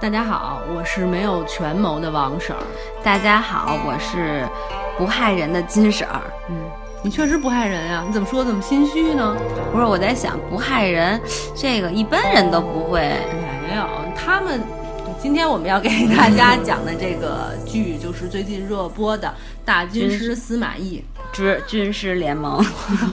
大家好，我是没有权谋的王婶儿。大家好，我是不害人的金婶儿。嗯，你确实不害人呀、你怎么说怎么心虚呢？不是，我在想不害人，这个一般人都不会。没有，哎他们今天我们要给大家讲的这个剧就是最近热播的《大军师司马懿 之军师联 盟，》。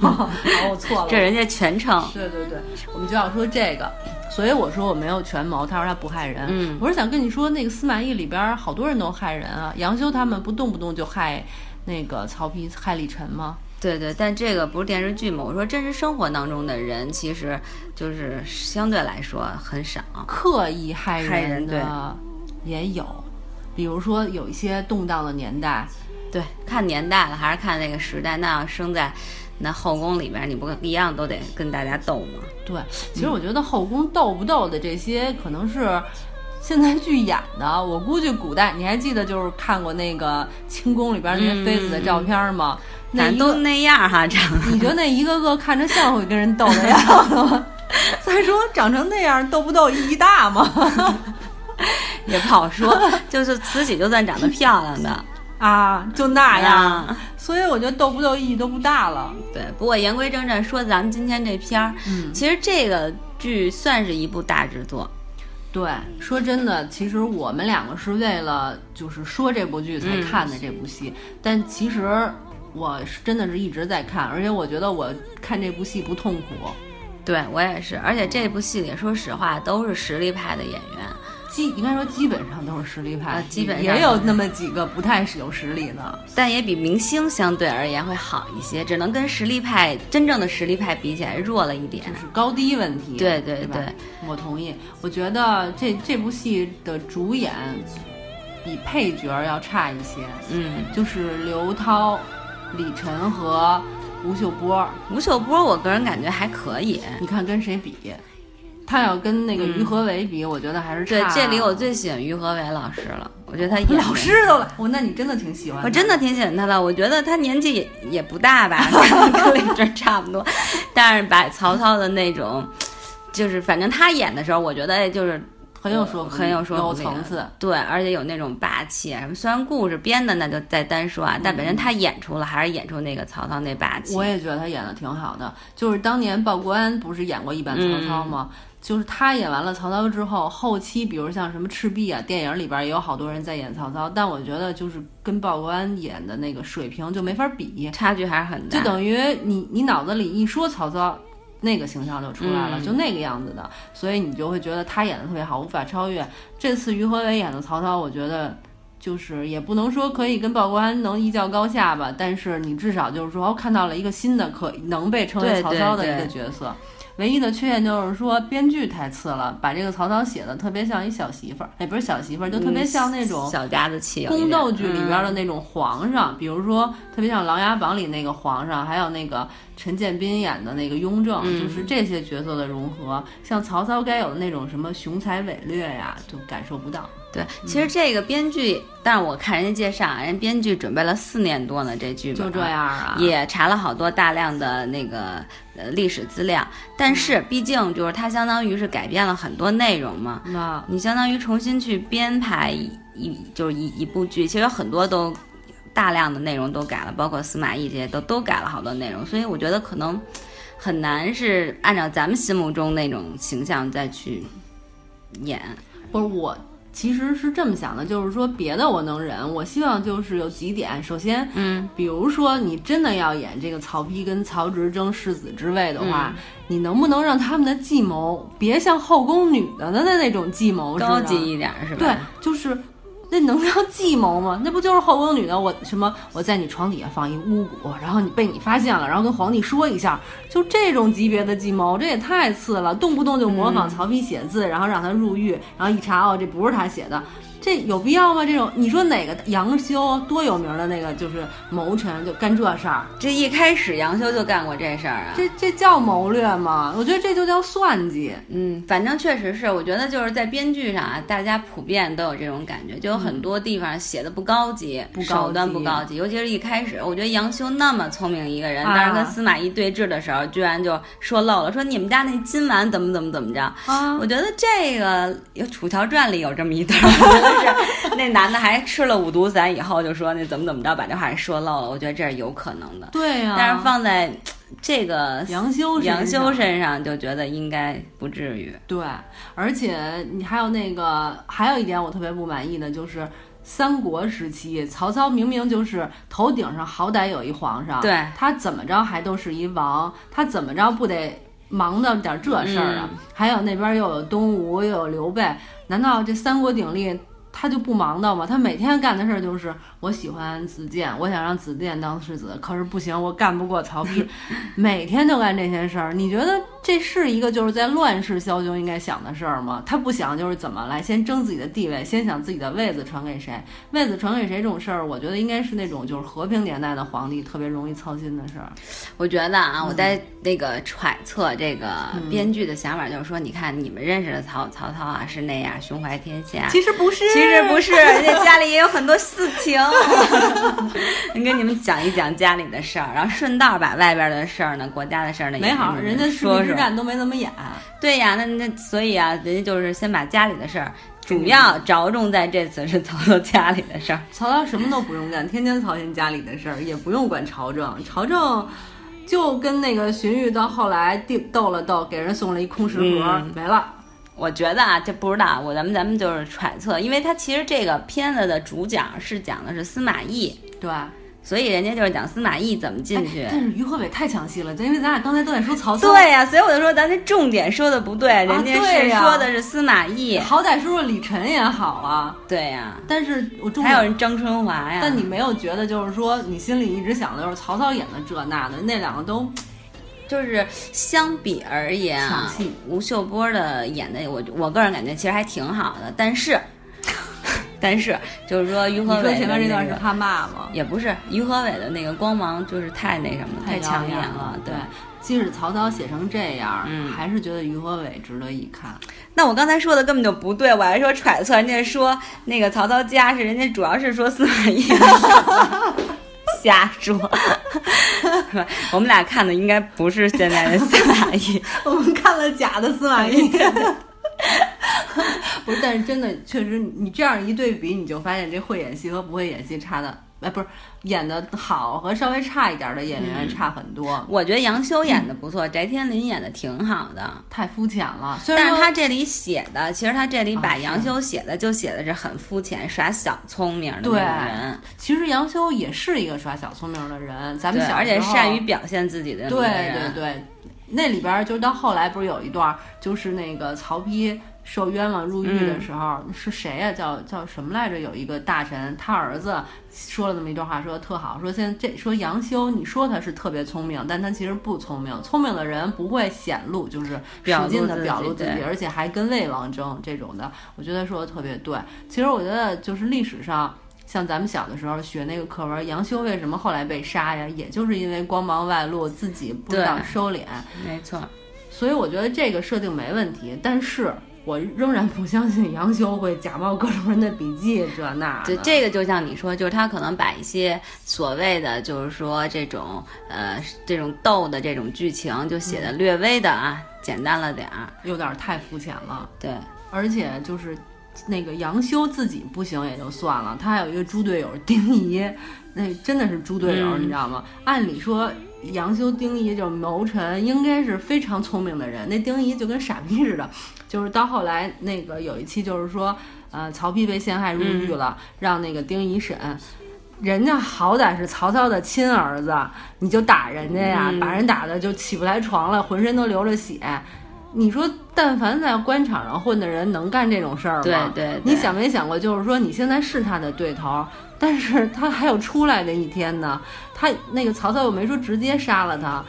好，我错了，这人家全称。对对对，我们就要说这个。所以我说我没有权谋，他说他不害人。嗯我是想跟你说，那个司马懿里边儿好多人都害人啊，杨修他们不动不动就害那个曹丕、害李晨吗？对对，但这个不是电视剧嘛？我说真实生活当中的人，其实就是相对来说很少。刻意害害人的也有，比如说有一些动荡的年代，对，看年代了，还是看那个时代。那要生在那后宫里边，你不一样都得跟大家斗吗？对，其嗯实我觉得后宫斗不斗的这些，可能是现在剧演的。 我估计古代，你还记得就是看过那个清宫里边那些妃子的照片吗？那嗯咱一都个，那样哈，长 得你觉得那一个个看着像会跟人斗的样子 吗？再说长成那样，斗不斗意义大吗？ 也不好说。 就是慈禧就算长得漂亮 的，啊，就那样。啊所以我觉得斗不斗意义都不大了。对，不过言归正传，说咱们今天这片儿，嗯其实这个剧算是一部大制作，对，说真的，其实我们两个是为了就是说这部剧才嗯看的这部戏，但其实我是真的是一直在看，而且我觉得我看这部戏不痛苦，对我也是，而且这部戏里说实话都是实力派的演员，基应该说基本上都是实力派，啊基本上也有那么几个不太有实力的。但也比明星相对而言会好一些，只能跟实力派真正的实力派比起来弱了一点就。是高低问题，对对对吧对我同意。我觉得这这部戏的主演比配角要差一些，嗯，就是刘涛、李晨和吴秀波，吴秀波，我个人感觉还可以。你看跟谁比？他要跟那个于和伟比，我觉得还是嗯对差、，这 里我最喜欢于和伟老师了，我觉得他演得老师都来，我那你真的挺喜欢，我真的挺喜欢他的，我觉得他年纪也也不 大吧，跟李晨差不多，但是把曹操的那种，就是反正他演的时候，我觉得哎就是很有说服力，很有说服有力层次。对，而且有那种霸气啊什么。虽然故事编的那就再单说啊，但本身他演出了，还是演出那个曹操那霸气嗯我。也觉得他演的挺好的，就是当年鲍国安不是演过一版曹嗯操吗？就是他演完了曹操之后，后期比如像什么赤壁啊，电影里边也有好多人在演曹操，但我觉得就是跟鲍国安演的那个水平就没法比，差距还是很大，就等于你你脑子里一说曹操，那个形象就出来了，嗯就那个样子的，所以你就会觉得他演的特别好，无法超越。这次于和伟演的曹操，我觉得就是也不能说可以跟鲍国安能一较高下吧，但是你至少就是说哦看到了一个新的可能被称为对曹操的对一个角色。唯一的缺陷就是说编剧太次了，把这个曹操写的特别像一小媳妇儿，哎也不是小媳妇儿，就特嗯别像那种小家子气有一宫点。斗剧里边嗯的那种皇上，比如说特别像《琅琊榜》里那个皇上，还有那个陈建斌演的那个雍正，嗯就是这些角色的融合，像曹操该有的那种什么雄才伟略呀，就感受不到。对，嗯其实这个编剧，但是我看人家介绍啊，人编剧准备了四年多呢，这剧本就这样啊，也查了好多大量的那个呃历史资料，但是毕竟就是它相当于是改变了很多内容嘛，那你相当于重新去编排一一就是一一部剧，其实很多都大量的内容都改了，包括司马懿这些都都改了好多内容，所以我觉得可能很难是按照咱们心目中那种形象再去演，不是我。其实是这么想的，就是说别的我能忍，我希望就是有几点。首先，嗯，比如说你真的要演这个曹丕跟曹植争世子之位的话，嗯你能不能让他们的计谋别像后宫女的的那种计谋似的？高级一点是吧？对，就是那能叫计谋吗？那不就是后宫女的？我什么？我在你床底下放一巫蛊，然后你被你发现了，然后跟皇帝说一下，就这种级别的计谋，这也太次了，动不动就模嗯仿曹丕写字，然后让他入狱，然后一查哦，这不是他写的。这有必要吗？这种你说哪个杨修多有名的那个就是谋臣，就干这事儿，这一开始杨修就干过这事儿啊，这这叫谋略吗？我觉得这就叫算计。嗯，反正确实是，我觉得就是在编剧上啊，大家普遍都有这种感觉，就有很多地方写的不高级，不高级手段不高级，尤其是一开始，我觉得杨修那么聪明一个人，啊但是跟司马懿对峙的时候，居然就说漏了，说你们家那金碗怎么怎么怎么着。啊我觉得这个有《楚乔传》里有这么一段， 就是那男的还吃了五毒散以后，就说那怎么怎么着，把这话给说漏了。我觉得这是有可能的，对呀、但是放在这个啊杨修身杨修上身上，就觉得应该不至于。对，而且你还有那个，还有一点我特别不满意的就是三国时期，曹操明明就是头顶上好歹有一皇上，对他怎么着还都是一王，他怎么着不得忙到点这事儿啊？嗯还有那边又有东吴又有刘备，难道这三国鼎立？他就不忙到吗？他每天干的事儿就是，我喜欢子建，我想让子建当世子，可是不行，我干不过曹 丕，每天就干这些事儿，你觉得这是一个就是在乱世枭雄应该想的事儿吗？他不想就是怎么来先争自己的地位，先想自己的位子传给谁，位子传给谁这种事儿，我觉得应该是那种就是和平年代的皇帝特别容易操心的事儿。我觉得嗯啊，我在那个揣测这个编剧的想法，就是说，你看你们认识的曹曹操啊，是那样胸怀天下。其实不是，其实不是，人家家里也有很多事情， 跟你们讲一讲家里的事儿，然后顺道把外边的事儿呢、国家的事儿呢，也没好，跟你人们家赤说壁之说。战都没怎么演，对呀，那那所以啊，人家就是先把家里的事儿，嗯主要着重在这次是曹操家里的事儿。曹操什么都不用干，天天操心家里的事儿，也不用管朝政，朝政。就跟那个荀彧到后来地斗了斗，给人送了一空食盒，嗯没了。我觉得啊，这不知道，我咱们咱们就是揣测，因为他其实这个片子的主讲是讲的是司马懿，对，所以人家就是讲司马懿怎么进去。哎但是于和伟太抢戏了，因为咱俩刚才都在说曹操，对呀、所以我就说咱这重点说的不对，人家啊对是呀说的是司马懿。好歹说说李晨也好啊。对呀、但是我重还有点，人张春华呀。但你没有觉得就是说你心里一直想的就是曹操演的这那的，那两个都就是相比而言抢啊戏，吴秀波的演的，我我个人感觉其实还挺好的，但是， 但是就是说你于和说伟的前面这段是那个怕骂吗？也不是于和伟的那个光芒，就是太那什么了，太抢眼了了。，对。即使曹操写成这样，嗯还是觉得于和伟值得一 看。那我刚才说的根本就不对，我还说揣测，人家说那个曹操家是人家主要是说司马懿的事儿，瞎说。是吧我们俩看的应该不是现在的司马懿，我们看了假的司马懿， 不是，但是真的确实，你这样一对比，你就发现这会演戏和不会演戏差的，哎，不是演的好和稍微差一点的演嗯员差很多，我觉得杨修演的不错，翟天临演的挺好的。太肤浅了。虽然但说是他这里写的，其实他这里啊把是杨修写的就写的是很肤浅、耍小聪明的那种对人，其实杨修也是一个耍小聪明的人，咱们对，小而且时候善于表现自己的那对种人对对，那里边儿就是到后来不是有一段儿，就是那个曹丕受冤枉入狱嗯的时候，是谁呀、叫叫什么来着？有一个大臣，他儿子说了这么一段话，说的特好，说现在这说杨修，你说他是特别聪明，但他其实不聪明，聪明的人不会显露，就是表使露劲的自己表露自己，对而且还跟魏王争这种的，我觉得说的特别对。其实我觉得就是历史上。像咱们小的时候学那个课文，杨修为什么后来被杀呀？也就是因为光芒外露，自己不知道对收敛。没错。所以我觉得这个设定没问题，但是我仍然不相信杨修会假冒各种人的笔记这那就的。这个，就像你说，就是他可能把一些所谓的，就是说这种呃这种逗的这种剧情，就写嗯的略微的啊、简单了点儿。有点太肤浅了，对，而且就是那个杨修自己不行也就算了，他还有一个猪队友丁仪，那真的是猪队友，嗯你知道吗？按理说。杨修、丁仪就是谋臣，应该是非常聪明的人。那丁仪就跟傻逼似的，就是到后来那个有一期就是说，呃，曹丕被陷害入嗯狱了，让那个丁仪审，人家好歹是曹操的亲儿子，你就打人家呀，嗯把人打的就起不来床了，浑身都流着血。你说，但凡在官场上混的人，能干这种事儿吗？对对对你想没想过，就是说你现在是他的对头，但是他还有出来的一天呢。他那个曹操又没说直接杀了他，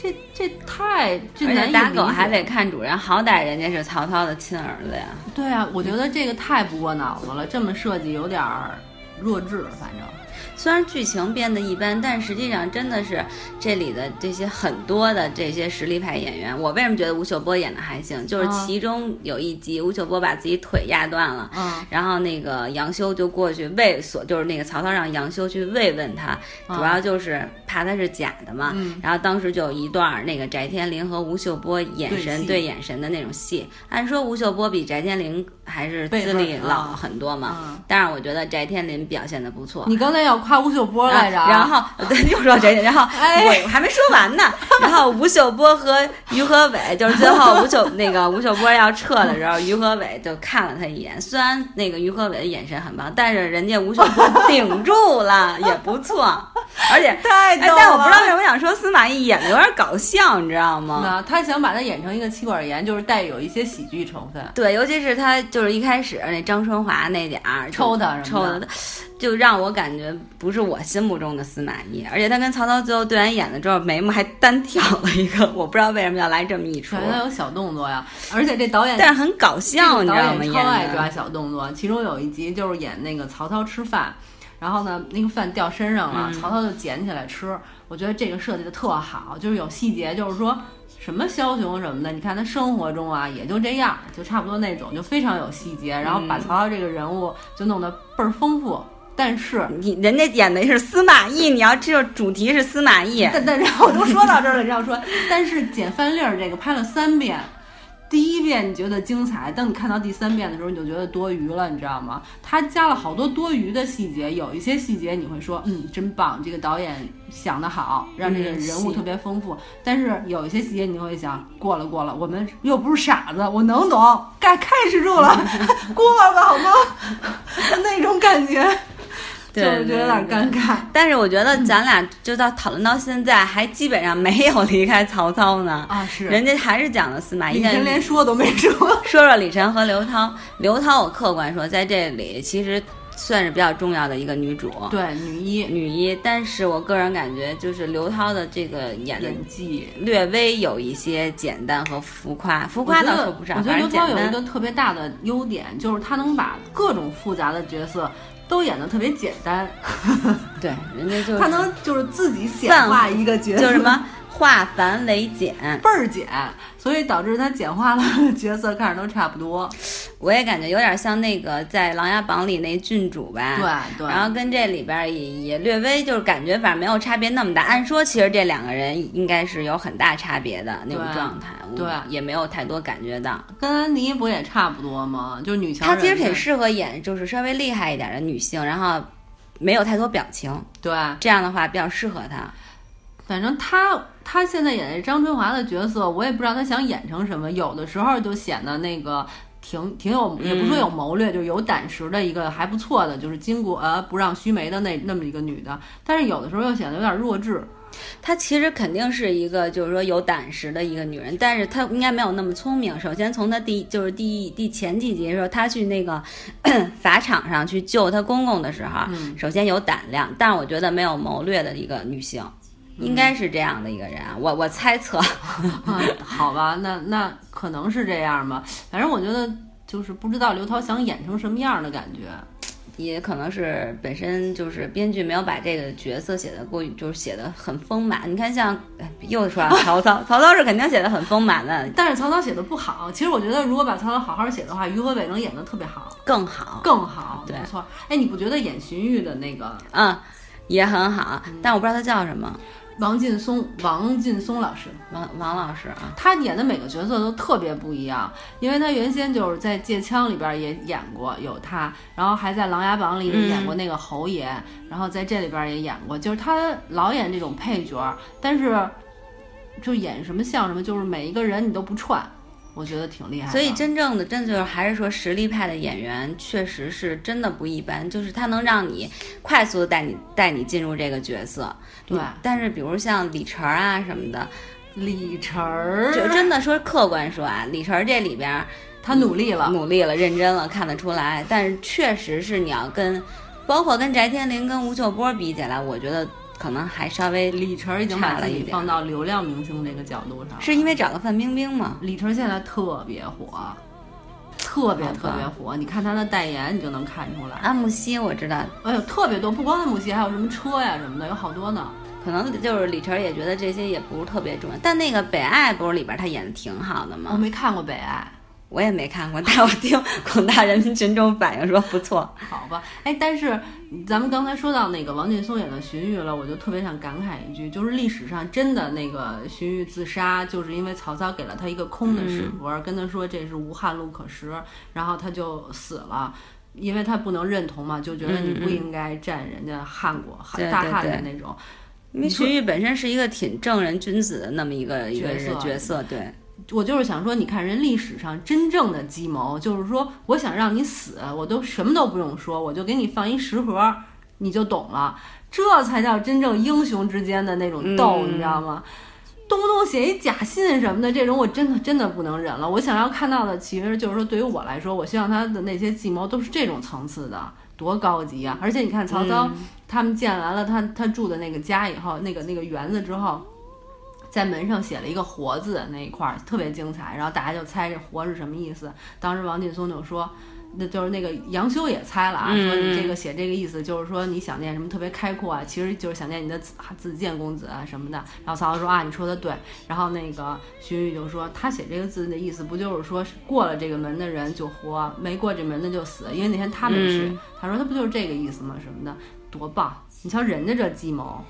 这这太这而难且以打理狗解还得看主人，好歹人家是曹操的亲儿子呀。对啊，我觉得这个太不过脑子了，这么设计有点儿弱智，反正虽然剧情编的一般，但实际上真的是这里的这些很多的这些实力派演员，我为什么觉得吴秀波演的还行？就是啊其中有一集，吴秀波把自己腿压断了，嗯，然后那个杨修就过去慰所，就是那个曹操让杨修去慰问他，啊主要就是怕他是假的嘛。嗯然后当时就有一段儿那个翟天临和吴秀波眼对神戏对眼神的那种戏，按说吴秀波比翟天临还是辈资分历啊老很多嘛，嗯但是我觉得翟天临表现的不错。你刚才要夸吴秀波来着啊，啊然后 对，又说到这点，然后 哎我还没说完呢。然后吴秀波和于和伟，就是最后吴秀 那个吴秀波要撤的时候，于和伟就看了他一眼。虽然那个于和伟的眼神很棒，但是人家吴秀波顶住了，也不错。而且， 太哎，逗但我不知道了为什么想说司马懿演的有点搞笑，你知道吗？那他想把它演成一个妻管严，就是带有一些喜剧成分。对，尤其是他就是一开始那张春华那点儿抽他什抽么的的，就让我感觉不是我心目中的司马懿，而且他跟曹操最后对完眼了之后，眉毛还单挑了一个，我不知道为什么要来这么一出全，他有小动作呀，而且这导演但是很搞这笑，你个知道导吗？演演超爱抓的小动作，其中有一集就是演那个曹操吃饭，然后呢，那个饭掉身上了，嗯曹操就捡起来吃。我觉得这个设计的特好，就是有细节，就是说什么枭雄什么的，你看他生活中啊也就这样，就差不多那种，就非常有细节，然后把嗯曹操这个人物就弄得倍儿丰富。但是，你人家演的是司马懿，你要知道主题是司马懿，但但然后我都说到这儿了，你知道说，但是捡饭粒儿这个拍了三遍。第一遍你觉得精彩，当你看到第三遍的时候，你就觉得多余了，你知道吗？他加了好多多余的细节，有一些细节你会说，嗯，真棒，这个导演想得好，让这个嗯人物是特别丰富。但是有一些细节你会想，过了过了，我们又不是傻子，我能懂，该开始住 了，过吧，好吗？ 那种感觉，就对是觉得有点对尴尬。但是我觉得嗯咱俩就到讨论到现在，还基本上没有离开曹操呢，啊，是人家还是讲的司马懿，李但是晨连说都没说。 说说李晨和刘涛，刘涛我客观说，在这里其实算是比较重要的一个女主，对，女 一女一。但是我个人感觉，就是刘涛的这个演的演技。略微有一些简单和浮夸，浮嗯我夸觉倒得，说我不觉上，得反刘正涛简有一单。个特别大的优点，就是她能把各种复杂的角色都演得特别简 单，对，人家就是她能就是自己简泛化一个角色，就是什么化繁为简。倍儿简，所以导致她简化了 角色看着都差不多。我也感觉有点像那个在《琅琊榜》里那郡主吧。对。对，哎然后跟这里边儿也也略微就是感觉反正没有差别那么大。按说其实这两个人应该是有很大差别的那种对状态，我对也没有太多感觉到。跟安妮不也差不多吗？就是女强她人，其实挺适合演就是稍微厉害一点的女性，然后没有太多表情，对，这样的话比较适合她。反正她她现在演这张春华的角色，我也不知道她想演成什么。有的时候就显得那个挺挺有，也不是说有谋略，就是有胆识的一个还不错的，就是巾帼呃不让须眉的那那么一个女的。但是有的时候又显得有点弱智。 她其实肯定是一个就是说有胆识的一个女人，但是她应该没有那么聪明。首先从她第就是第一第前几集的时候，她去那个 法场上去救她公公的时候，嗯首先有胆量，但是我觉得没有谋略的一个女性。应该是这样的一个人啊，我我猜测，嗯，好吧，那那可能是这样吧。反正我觉得就是不知道刘涛想演成什么样的感觉。也可能是本身就是编剧没有把这个角色写的过于，就是写的很丰满。你看像，哎又说到曹操，曹操是肯定写的很丰满的，但是曹操写的不好，其实我觉得如果把曹操好好写的话，于和伟能演得特别好，更好，更好，对没错。哎，你不觉得演荀彧的那个嗯，也很好。但我不知道他叫什么，王劲松，王劲松老师，王王老师啊，他演的每个角色都特别不一样，因为他原先就是在《借枪》里边也演过有他，然后还在《琅琊榜》里也嗯演过那个侯爷，然后在这里边也演过，就是他老演这种配角儿，但是就演什么像什么，就是每一个人你都不串，我觉得挺厉害的。所以真正的真的就是还是说实力派的演员确实是真的不一般，就是他能让你快速的带你带你进入这个角色。对但是比如像李晨儿啊什么的，李晨就儿，真的说客观说啊，李晨儿这里边儿。他努力了，努力了，认真了，看得出来。但是确实是你要跟，包括跟翟天临、跟吴秀波比起来，我觉得可能还稍微李晨儿已经把差自了一己点放到流量明星这个角度上了，是因为找个范冰冰嘛。李晨现在特别火，特别好吧特别火。你看他的代言，你就能看出来。安慕希我知道，哎呦，特别多，不光按摩鞋，还有什么车呀什么的，有好多呢。可能就是李晨也觉得这些也不是特别重要。但那个北爱不是里边他演的挺好的我吗？没看过北爱，我也没看过， 但我听广大人民群众反映说不错。好吧，哎，但是咱们刚才说到那个王劲松演的荀彧了，我就特别想感慨一句，就是历史上真的那个荀彧自杀，就是因为曹操给了他一个空的史官，跟他说这是无汉路可食，然后他就死了。因为他不能认同嘛，就觉得你不应该占人家汉国、汉对大对汉的对那种。因为荀彧本身是一个挺正人君子的那么一个一个角色嗯人角色，对，我就是想说，你看人历史上真正的计谋，就是说我想让你死，我都什么都不用说，我就给你放一食盒，你就懂了，这才叫真正英雄之间的那种斗，嗯你知道吗？动不动写一假信什么的，这种我真的真的不能忍了。我想要看到的，其实就是说，对于我来说，我希望他的那些计谋都是这种层次的，多高级啊！而且你看曹操，嗯他们建完了他他住的那个家以后，那个那个园子之后，在门上写了一个“活”字那一块儿，特别精彩。然后大家就猜这“活”是什么意思。当时王劲松就说，那就是那个杨修也猜了啊，嗯说你这个写这个意思就是说你想念什么特别开阔啊，其实就是想念你的子子建公子啊什么的。然后曹操说啊，你说的对。然后那个荀彧就说，他写这个字的意思不就是说过了这个门的人就活，没过这门的就死，因为那天他没去。嗯他说他不就是这个意思吗？什么的，多棒！你瞧人家这计谋，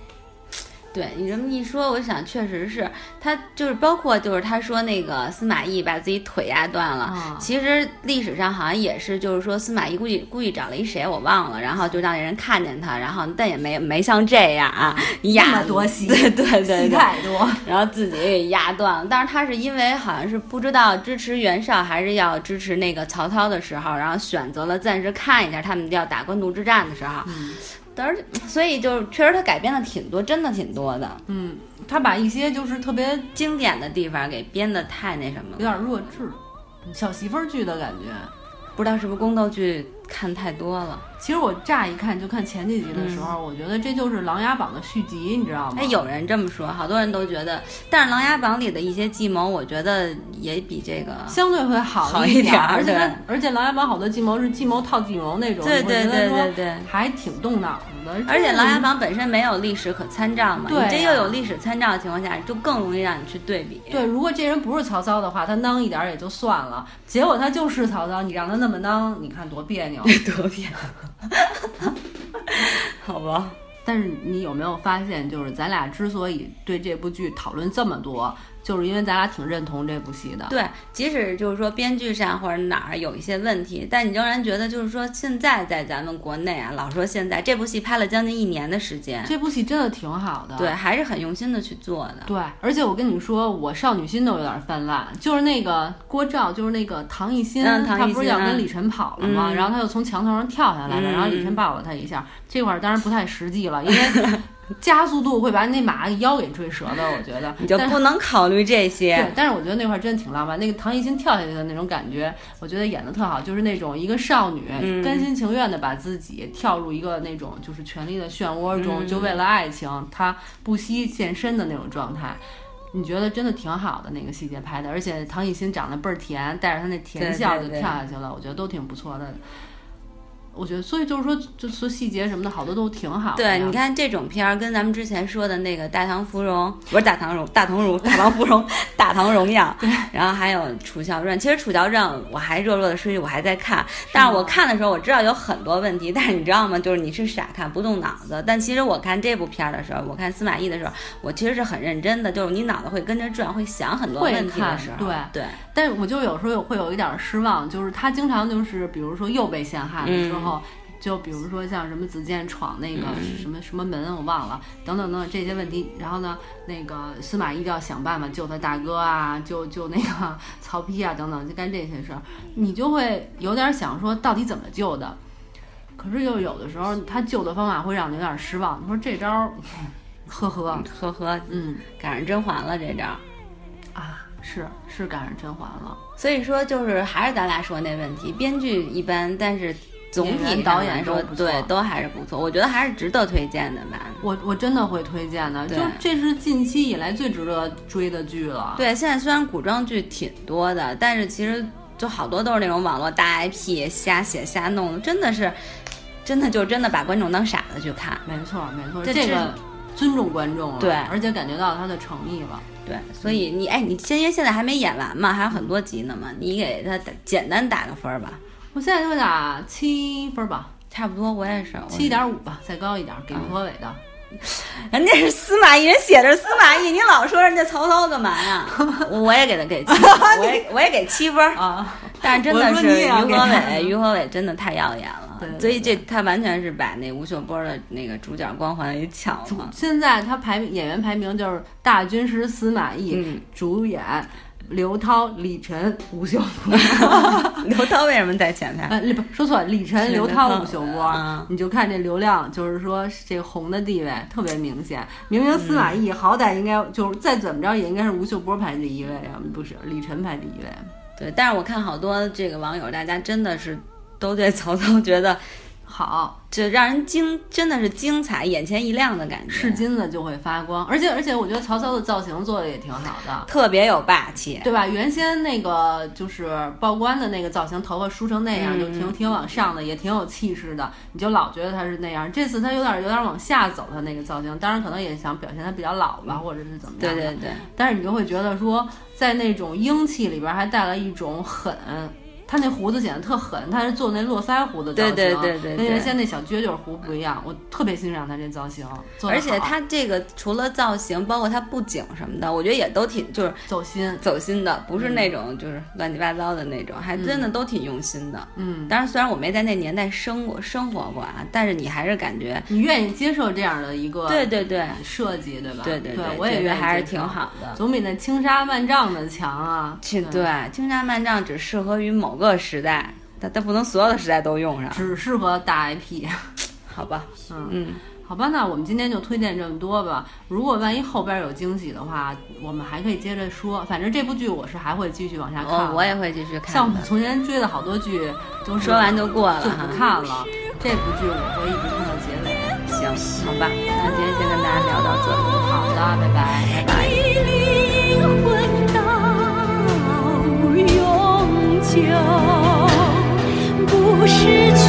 对你这么一说，我想确实是他，就是包括就是他说那个司马懿把自己腿压断了，啊其实历史上好像也是，就是说司马懿故意故意找了一谁我忘了，然后就让那人看见他，然后但也没没像这样啊压那么多戏 对对对对戏太多。然后自己给压断了。但是他是因为好像是不知道支持袁绍还是要支持那个曹操的时候，然后选择了暂时看一下他们要打官渡之战的时候。嗯但是所以就是确实他改编了挺多，真的挺多的，嗯，他把一些就是特别经典的地方给编的太那什么有了。点弱智，小媳妇儿剧的感觉。不知道是不是宫斗剧看太多了？其实我乍一看就看前几集的时候，我觉得这就是《琅琊榜》的续集，你知道吗？嗯哎，有人这么说，好多人都觉得，但是《琅琊榜》里的一些计谋，我觉得也比这 个相对会好好一点点儿儿，而且它对而且《琅琊榜》好多计谋是计谋套计谋那种，对对你会觉得对说嗯对对。还挺动脑子的。而且《这琅琊榜》本身没有历史可参照嘛，对啊你这又有历史参照的情况下，就更容易让你去对比。对，如果这人不是曹操的话，他囊一点儿也就算了，结果他就是曹操，你让他那么囊，你看多别扭。 多变，好吧？ 但是你有没有发现，就是咱俩之所以对这部剧讨论这么多，就是因为咱俩挺认同这部戏的。对，即使就是说编剧上或者哪儿有一些问题，但你仍然觉得就是说现在在咱们国内啊，老说现在这部戏拍了将近一年的时间，这部戏真的挺好的。对，还是很用心的去做的。对，而且我跟你说，我少女心都有点泛滥。就是那个郭照，就是那个唐艺昕，嗯唐她艺不是昕要啊跟李晨跑了吗？嗯然后她又从墙头上跳下来了，嗯然后李晨抱了她一下。这块儿当然不太实际了，因为 加速度会把那马腰给追折的，我觉得。 你就但是不能考虑这些对，，但是我觉得那块儿真的挺浪漫，那个唐艺昕跳下去的那种感觉，我觉得演的特好，就是那种一个少女嗯甘心情愿的把自己跳入一个那种就是权力的漩涡中，嗯就为了爱情，她不惜献身的那种状态。你觉得真的挺好的那个细节拍的，而且唐艺昕长得倍儿甜，带着她那甜对笑对就对跳下去了，我觉得都挺不错的。我觉得，所以就是说，就说细节什么的，好多都挺好的呀。对，你看这种片儿跟咱们之前说的那个《大唐芙蓉》，不是《大唐荣》，《大唐荣》，《大唐 芙蓉》，《大唐荣耀》，然后还有《楚乔传》。其实《楚乔传》我还热热的说句，我还在看，但是我看的时候我知道有很多问题，但是你知道吗？就是你是傻看不动脑子。但其实我看这部片儿的时候，我看司马懿的时候，我其实是很认真的，就是你脑子会跟着转，会想很多会问题的看时候，对对但是我就有时候有会有一点儿失望，就是他经常就是，比如说又被陷害了之后，就比如说像什么子健闯那个什么、什么门我忘了，等等等等这些问题，然后呢，那个司马懿就要想办法救他大哥啊，救救那个曹丕啊等等，就干这些事儿，你就会有点想说到底怎么救的。可是又有的时候，他救的方法会让你有点失望。你说这招儿，呵呵，呵呵，嗯赶上甄嬛了这招儿。啊，是是赶上甄嬛了。所以说，就是还是咱俩说那问题，编剧一般，但是总演体员导上来演说都，不错对，都还是不错。我觉得还是值得推荐的吧。我我真的会推荐的，就对这是近期以来最值得追的剧了。对，现在虽然古装剧挺多的，但是其实就好多都是那种网络大 IP 瞎写瞎弄的，真的是，真的就真的把观众当傻子去看。没错没错，这这这个尊重观众了，对而且感觉到他的诚意了。对，所以你哎，你先爷现在还没演完嘛，还有很多集呢嘛，你给他打简单打个分儿吧，我现在就打七分吧，差不多我也是我七点五吧，再高一点，给于和伟的。 人家是司马懿，人写的是司马懿，你老说人家曹操干嘛呀？ 我我也给他给七， 我也我也给七分儿，啊， 但是真的我是说你也于要和给他伟，于和伟真的太耀眼了对，对所以这他完全是把那吴秀波的那个主角光环给抢了。现在他排演员排名就是大军师司马懿，嗯主演刘涛、李晨、吴秀波。 刘涛为什么在前排？呃，不说错，了，李晨、是刘刘涛、涛吴秀嗯波，你就看这流量，就是说这个红的地位特别明显。明明司嗯马懿好歹应该就是再怎么着也应该是吴秀波排第一位啊，不是李晨排第一位。对，但是我看好多这个网友，大家真的是都对曹操觉得好，这让人惊，真的是精彩、眼前一亮的感觉，是金子就会发光，而且而且我觉得曹操的造型做的也挺好的。特别有霸气。对吧？原先那个就是报官的那个造型，头发梳成那样，嗯就挺挺往上的，也挺有气势的。你就老觉得他是那样。这次他有点有点往下走，他那个造型，当然可能也想表现他比较老吧，或者是怎么嗯对样的。对对，但是你就会觉得说，在那种英气里边还带了一种狠。他那胡子显得特狠，他是做那络腮胡的造型，对对对对跟对原先那小撅撅胡不一样。我特别欣赏他这造型，做得而且好啊他这个除了造型，包括他布景什么的，我觉得也都挺就是走心，走心的，不嗯是那种就是乱七八糟的那种，还真的都挺用心的。嗯，当然，虽然我没在那年代生过生活过啊，但是你还是感觉，你愿意接受这样的一个对对对，设计，对吧？对对对，我也觉得愿意还是接挺受，好的。总比那轻纱万丈的强啊。去对，轻纱慢帐只适合于某个时代，但但不能所有的时代都用上，只适合大 IP。好吧？嗯嗯，好吧，那我们今天就推荐这么多吧。如果万一后边有惊喜的话，我们还可以接着说。反正这部剧我是还会继续往下看我的。哦我也会继续看的。像我们从前追的好多剧，都是说完就过了就不哈，看了。这部剧我会一直看到结尾。行，好吧，那今天先跟大家聊到这里。好的，拜拜，拜拜。灵魂到永久，不失去。